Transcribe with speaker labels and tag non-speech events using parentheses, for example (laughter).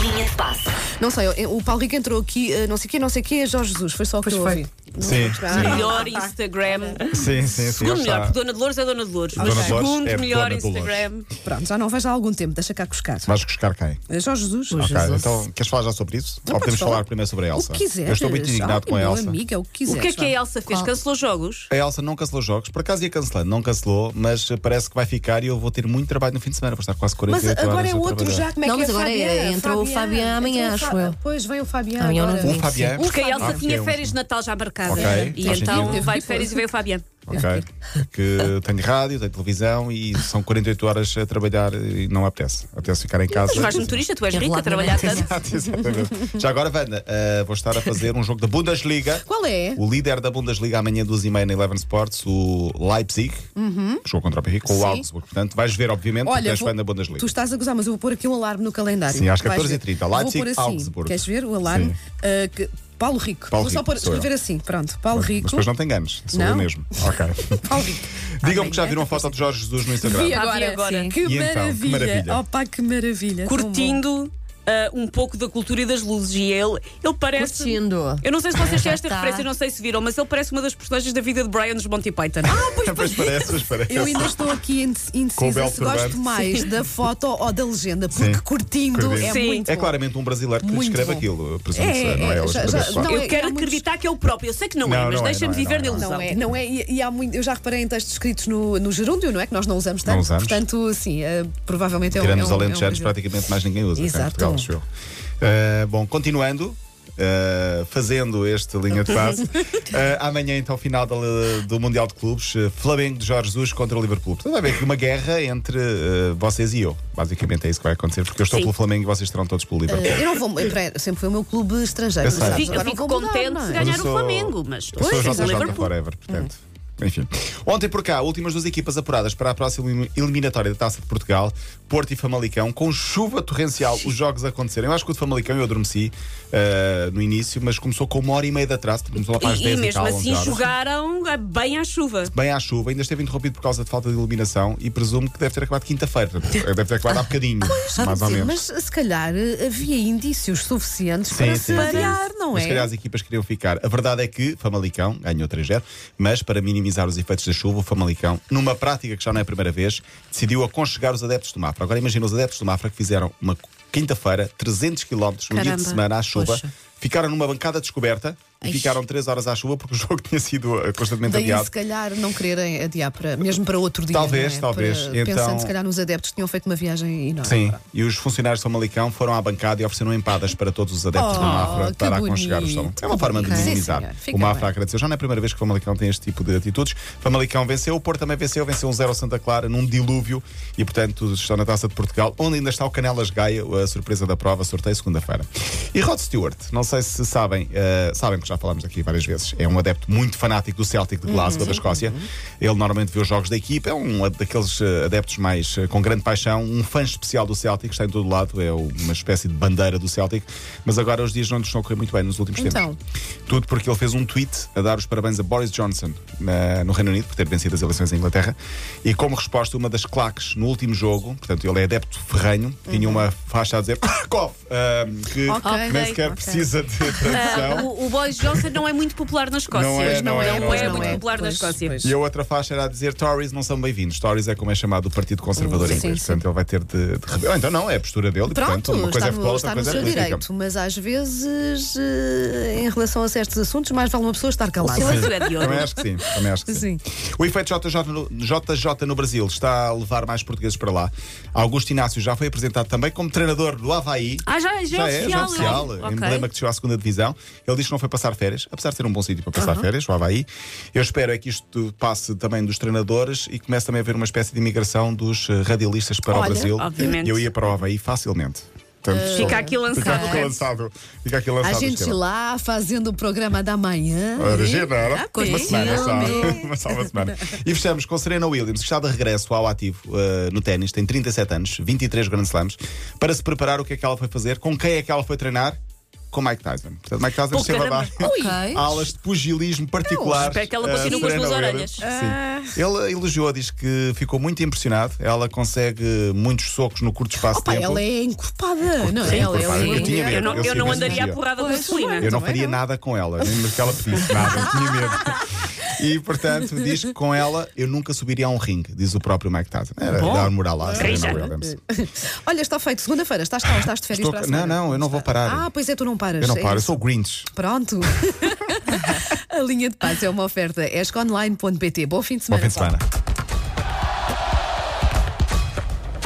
Speaker 1: Linha de passe.
Speaker 2: Não sei, eu- o Paulo Rico entrou aqui, eh, não sei o quê, não sei o quê, Jorge Jesus, foi só o que
Speaker 3: Pois
Speaker 2: eu
Speaker 3: foi.
Speaker 2: ouvi.
Speaker 4: Sim, sim.
Speaker 5: Melhor Instagram.
Speaker 4: Sim, sim, sim.
Speaker 5: Segundo
Speaker 4: já
Speaker 5: melhor,
Speaker 4: está.
Speaker 5: porque Dona Dolores é Dona Dolores.
Speaker 4: Dona Dolores
Speaker 5: Segundo
Speaker 4: é
Speaker 5: melhor
Speaker 4: Dona
Speaker 5: Instagram.
Speaker 2: Pronto, já não vejo há algum tempo, deixa cá buscar.
Speaker 4: Vais buscar quem?
Speaker 2: Eh, Jorge Jesus.
Speaker 3: Pois.
Speaker 4: Ok,
Speaker 3: Jesus.
Speaker 4: então queres falar já sobre isso?
Speaker 2: Não
Speaker 4: Ou
Speaker 2: podes
Speaker 4: podemos falar primeiro sobre a Elsa?
Speaker 2: O que quiseres.
Speaker 4: Eu estou muito indignado com a
Speaker 2: Ai, meu
Speaker 4: Elsa.
Speaker 2: Amiga, o que
Speaker 5: O
Speaker 2: quiseres.
Speaker 5: que é que a
Speaker 2: vá.
Speaker 5: Elsa fez? Cancelou jogos?
Speaker 4: A Elsa não cancelou jogos, por acaso ia cancelando, não cancelou, mas parece que vai ficar e eu vou ter muito trabalho no fim de semana, vou estar quase 40
Speaker 2: Mas agora é outro já, como é
Speaker 3: Não,
Speaker 2: que
Speaker 3: mas
Speaker 2: é
Speaker 3: agora
Speaker 2: Fabian?
Speaker 3: é- entrou o Fabian
Speaker 4: Então,
Speaker 3: amanhã,
Speaker 2: entrou o Fa-
Speaker 3: acho eu.
Speaker 2: Pois, vem o Fabian
Speaker 3: Amanhã eu não
Speaker 2: agora.
Speaker 3: vou.
Speaker 4: Um Fabián.
Speaker 2: Sim.
Speaker 5: Porque a Elsa
Speaker 4: Ah,
Speaker 5: tinha
Speaker 4: ok, um-
Speaker 5: férias de Natal já marcadas.
Speaker 4: Ok,
Speaker 5: E
Speaker 4: faz
Speaker 5: então
Speaker 4: sentido.
Speaker 5: vai de férias e veio o Fabiano.
Speaker 4: Ok. que tenho rádio, tenho televisão e são 48 horas a trabalhar e não apetece. Apetece ficar em casa.
Speaker 5: Mas vais no turista, tu és
Speaker 3: É
Speaker 5: rica,
Speaker 3: relado,
Speaker 5: trabalhar
Speaker 3: não é?
Speaker 5: tanto.
Speaker 4: (laughs) Exato, exatamente. Já agora, Wanda, eh, vou estar a fazer um jogo da Bundesliga.
Speaker 2: Qual é?
Speaker 4: O líder da Bundesliga amanhã, duas e meia na Eleven Sports, o Leipzig, que jogou contra o Benfica, com
Speaker 2: Uhum. Sim.
Speaker 4: o Augsburg. Portanto, vais ver, obviamente, porque
Speaker 2: Olha,
Speaker 4: és
Speaker 2: vou-
Speaker 4: fã da Bundesliga.
Speaker 2: tu estás a gozar, mas eu vou pôr aqui um alarme no calendário.
Speaker 4: Sim, às
Speaker 2: Vais ver.
Speaker 4: 14h30,
Speaker 2: Vou
Speaker 4: Leipzig,
Speaker 2: pôr assim.
Speaker 4: Augsburgo.
Speaker 2: Queres ver o alarme?
Speaker 4: Sim.
Speaker 2: Ah, que- Paulo Rico.
Speaker 4: Paulo
Speaker 2: vou só
Speaker 4: Rico,
Speaker 2: pôr,
Speaker 4: sou eu.
Speaker 2: escrever assim, pronto. Paulo
Speaker 4: Mas
Speaker 2: Rico.
Speaker 4: depois não te enganes, sou
Speaker 2: Não?
Speaker 4: eu
Speaker 2: (laughs)
Speaker 4: mesmo. Ok.
Speaker 2: Paulo Rico.
Speaker 4: (laughs) Digam-me que já viram a foto de Jorge Jesus no Instagram.
Speaker 2: Vi
Speaker 5: Ah,
Speaker 2: Tá
Speaker 5: vi
Speaker 2: agora.
Speaker 5: agora.
Speaker 2: Que,
Speaker 4: E então, que
Speaker 2: maravilha.
Speaker 4: maravilha.
Speaker 2: Oh pá, que maravilha. Tão bom.
Speaker 5: curtindo ah, um pouco da cultura e das luzes. E ele, ele parece.
Speaker 3: Curtindo.
Speaker 5: Eu não sei se vocês têm esta
Speaker 3: Tá.
Speaker 5: referência, não sei se viram, mas ele parece uma das personagens da vida de Brian dos Monty Python.
Speaker 4: (laughs) Pois parece, pois parece.
Speaker 2: Eu ainda estou aqui indes-
Speaker 4: Com o
Speaker 2: indecisa
Speaker 4: belo
Speaker 2: se gosto
Speaker 4: turbante.
Speaker 2: mais da foto ou da legenda, porque
Speaker 4: Sim.
Speaker 2: curtindo, é
Speaker 4: Curtindo.
Speaker 2: muito
Speaker 4: É
Speaker 2: bom.
Speaker 4: claramente um brasileiro que lhe
Speaker 2: Muito
Speaker 4: escreve
Speaker 2: bom.
Speaker 4: aquilo, presumo que
Speaker 2: É,
Speaker 4: seja, não é?
Speaker 2: é,
Speaker 4: Ele
Speaker 2: já-
Speaker 4: escreve
Speaker 2: já-
Speaker 4: só.
Speaker 2: não,
Speaker 5: eu
Speaker 2: é-
Speaker 5: quero
Speaker 2: há muitos-
Speaker 5: acreditar que é o próprio. Eu sei que não, é,
Speaker 4: Não,
Speaker 5: mas
Speaker 4: não é,
Speaker 5: deixa-me
Speaker 4: não é,
Speaker 5: viver
Speaker 4: não é.
Speaker 5: na ilusão.
Speaker 2: Não é, não é. E, e há muito, eu já reparei em textos escritos no, no gerúndio, não é? Que nós não usamos tanto.
Speaker 4: Não usamos.
Speaker 2: Portanto, sim, eh, provavelmente é um.
Speaker 4: Tirando
Speaker 2: é um,
Speaker 4: os alentejanos,
Speaker 2: é um-
Speaker 4: praticamente mais ninguém usa.
Speaker 2: Exato.
Speaker 4: cá em Portugal, acho eu. Uh, bom, continuando. uh, fazendo este linha de passe
Speaker 2: (laughs)
Speaker 4: Uh, amanhã então final da- do Mundial de Clubes uh, Flamengo de Jorge Jesus contra o Liverpool portanto vai haver aqui uma guerra entre uh, vocês e eu basicamente é isso que vai acontecer porque eu estou
Speaker 5: Sim.
Speaker 4: pelo Flamengo e vocês estarão todos pelo Liverpool
Speaker 2: Eh, Eu não vou. peraí, sempre foi o meu clube estrangeiro.
Speaker 4: Eu sei.
Speaker 2: sabes?
Speaker 5: Fico-
Speaker 2: Agora
Speaker 5: eu
Speaker 2: não
Speaker 5: fico
Speaker 2: vou mudar,
Speaker 5: contente
Speaker 2: não é?
Speaker 5: se ganhar
Speaker 4: Eu
Speaker 5: o
Speaker 4: sou-
Speaker 5: Flamengo, mas
Speaker 4: Eu sou
Speaker 5: pois, o
Speaker 4: JJ
Speaker 5: Liverpool.
Speaker 4: forever, portanto. Enfim. é Ontem por cá, últimas duas equipas apuradas para a próxima elim- eliminatória da Taça de Portugal, Porto e Famalicão, com chuva torrencial, os jogos acontecerem. Eu acho que o de Famalicão eu adormeci ah, no início, mas começou com uma hora e meia de atraso, começou lá para as
Speaker 5: E, e
Speaker 4: 10 e
Speaker 5: mesmo
Speaker 4: tal, 11
Speaker 5: assim
Speaker 4: horas.
Speaker 5: jogaram ah, bem à chuva.
Speaker 4: Bem à chuva, ainda esteve interrompido por causa de falta de iluminação e presumo que deve ter acabado quinta-feira. Portanto, Deve ter acabado há bocadinho, mais ou
Speaker 2: Sim,
Speaker 4: menos.
Speaker 2: Mas se calhar eh, havia indícios suficientes
Speaker 4: Sim,
Speaker 2: para
Speaker 4: sim,
Speaker 2: se
Speaker 4: sim.
Speaker 2: variar, não
Speaker 4: Mas se calhar
Speaker 2: é?
Speaker 4: as equipas queriam ficar. A verdade é que Famalicão ganhou 3-0, mas para minimizar os efeitos da chuva, o Famalicão, numa prática que já não é a primeira vez, decidiu aconchegar os adeptos do Mafra. Agora imagina os adeptos do Mafra que fizeram uma quinta-feira, 300 km no dia de
Speaker 5: Caramba.
Speaker 4: semana à chuva,
Speaker 3: Poxa.
Speaker 4: ficaram numa bancada descoberta e
Speaker 3: Ai.
Speaker 4: ficaram 3 horas à chuva porque o (laughs) jogo tinha sido eh, constantemente
Speaker 2: Daí,
Speaker 4: adiado.
Speaker 2: se calhar, não quererem adiar para, mesmo para outro dia.
Speaker 4: Talvez,
Speaker 2: não é?
Speaker 4: talvez.
Speaker 2: Para-
Speaker 4: Então-
Speaker 2: Pensando, se calhar, nos adeptos que tinham feito uma viagem enorme.
Speaker 4: Sim, e os funcionários do São Malicão foram à bancada e ofereceram empadas para todos os adeptos
Speaker 2: Oh,
Speaker 4: do Mafra
Speaker 2: que
Speaker 4: para aconchegar os São
Speaker 2: bonito.
Speaker 4: É uma forma de
Speaker 2: Ok. Sim,
Speaker 4: minimizar.
Speaker 2: senhor, fica
Speaker 4: o Mafra
Speaker 2: bem.
Speaker 4: agradeceu. Já não é a primeira vez que o Famalicão tem este tipo de atitudes. Famalicão venceu, o Porto também venceu, venceu um 0 ao Santa Clara num dilúvio e, portanto, estão na Taça de Portugal, onde ainda está o Canelas Gaia, a surpresa da prova, sorteio segunda-feira. E Rod Stewart, não sei se sabem, eh, sabem que já falámos aqui várias vezes, é um adepto muito fanático do Celtic de Glasgow, da Escócia. Ele normalmente vê os jogos da equipa, é um a- daqueles eh, adeptos mais eh, com grande paixão, um fã especial do Celtic, está em todo lado, é uma espécie de bandeira do Celtic, mas agora os dias não nos estão a correr muito bem nos últimos
Speaker 2: Então.
Speaker 4: tempos. Tudo porque ele fez um tweet a dar os parabéns a Boris Johnson na- no Reino Unido por ter vencido as eleições em Inglaterra. E como resposta, uma das claques no último jogo, portanto, ele é adepto ferrenho, tinha uma faixa a dizer "Cough", ahm, que
Speaker 2: Ok.
Speaker 4: nem sequer
Speaker 2: Ok.
Speaker 4: precisa de tradução.
Speaker 2: (laughs)
Speaker 5: Ah, O, o Boris Johnson não é muito popular na Escócia.
Speaker 4: Então, Não é, não é, não é,
Speaker 5: muito
Speaker 4: não é.
Speaker 5: um popular na
Speaker 2: Pois,
Speaker 5: Escócia.
Speaker 2: pois.
Speaker 4: E a outra faixa era a dizer Tories não são bem-vindos. Tories é como é chamado o Partido Conservador
Speaker 2: Sim,
Speaker 4: Inglês.
Speaker 2: sim.
Speaker 4: Portanto, ele vai ter de, de rebel- Ou Então, não, é a postura dele. e,
Speaker 2: Pronto,
Speaker 4: portanto, uma coisa
Speaker 2: está,
Speaker 4: é futebol,
Speaker 2: no, está
Speaker 4: outra
Speaker 2: no
Speaker 4: coisa é
Speaker 2: seu
Speaker 4: política.
Speaker 2: direito, mas às vezes, eh, em relação a certos assuntos, mais vale uma pessoa estar calada.
Speaker 5: Silêncio é de ouro.
Speaker 4: Também acho que sim. Também acho que sim.
Speaker 2: Sim.
Speaker 4: O efeito JJ no, JJ no Brasil está a levar mais portugueses para lá. Augusto Inácio já foi apresentado também como treinador do Havaí.
Speaker 5: Ah, já, já,
Speaker 4: Já
Speaker 5: é
Speaker 4: é,
Speaker 5: oficial.
Speaker 4: já é oficial,
Speaker 5: Ok.
Speaker 4: emblema que desceu à segunda divisão. Ele diz que não foi passar férias, apesar de ser um bom sítio para passar férias, o Havaí. Eu espero é que isto passe também dos treinadores e comece também a haver uma espécie de imigração dos eh, radialistas para o
Speaker 2: Olha,
Speaker 4: Brasil.
Speaker 5: obviamente.
Speaker 4: Eu ia para o Havaí facilmente. Portanto, só-
Speaker 5: Fica aqui
Speaker 4: Fica
Speaker 5: lançado.
Speaker 4: aqui lançado. Fica aqui
Speaker 2: A
Speaker 4: lançado. o
Speaker 2: gente
Speaker 4: esquema.
Speaker 2: lá fazendo o programa da manhã.
Speaker 4: Ora,
Speaker 2: hein?
Speaker 4: gira, era?
Speaker 2: Ah,
Speaker 4: Uma
Speaker 2: sim.
Speaker 4: semana só. (laughs) Uma só uma semana. E fechamos com Serena Williams, que está de regresso ao ativo eh, no ténis, tem 37 anos, 23 Grand Slams, para se preparar o que é que ela foi fazer, com quem é que ela foi treinar. com Mike Tyson. Portanto, Mike Tyson
Speaker 5: Oh,
Speaker 4: esteve a dar
Speaker 5: caramba.
Speaker 2: Ok.
Speaker 4: aulas de pugilismo particulares.
Speaker 5: espero que ela
Speaker 4: a
Speaker 5: continue com as
Speaker 4: Serena
Speaker 5: duas
Speaker 4: Williams.
Speaker 5: orelhas. Ah.
Speaker 4: Sim. Ele elogiou, diz que ficou muito impressionado. Ela consegue muitos socos no curto espaço
Speaker 2: Opa,
Speaker 4: de tempo.
Speaker 2: ela é encorpada. Não,
Speaker 4: Sim,
Speaker 2: ela
Speaker 4: encorpada.
Speaker 2: é
Speaker 4: Eu tinha medo.
Speaker 5: um Eu não,
Speaker 4: Eu
Speaker 5: eu
Speaker 4: sei
Speaker 5: não
Speaker 4: que
Speaker 5: andaria
Speaker 4: existia.
Speaker 5: à porrada com a
Speaker 2: Pois, é.
Speaker 5: Celina.
Speaker 4: Eu não
Speaker 2: Também
Speaker 4: faria
Speaker 2: não.
Speaker 4: nada com ela, nem que ela pedisse nada, eu
Speaker 2: (laughs)
Speaker 4: tinha medo. E portanto, diz que com ela eu nunca subiria a um ringue, diz o próprio Mike Tyson. Era
Speaker 5: Bom.
Speaker 4: dar moral à Serena
Speaker 5: Rija.
Speaker 2: é.
Speaker 4: Williams.
Speaker 2: (laughs) Olha, está feito. Segunda-feira, estás, cá, estás de férias
Speaker 4: Estou-
Speaker 2: para a
Speaker 4: não,
Speaker 2: semana?
Speaker 4: não, eu não vou parar.
Speaker 2: Ah, pois é, tu não paras.
Speaker 4: Eu não
Speaker 2: é
Speaker 4: paro, eu
Speaker 2: isso.
Speaker 4: sou o Grinch.
Speaker 2: Pronto. (laughs) a linha de paz é uma oferta. Esconline.pt. Bom fim de
Speaker 4: Bom
Speaker 2: semana.
Speaker 4: fim de semana.
Speaker 2: Paulo.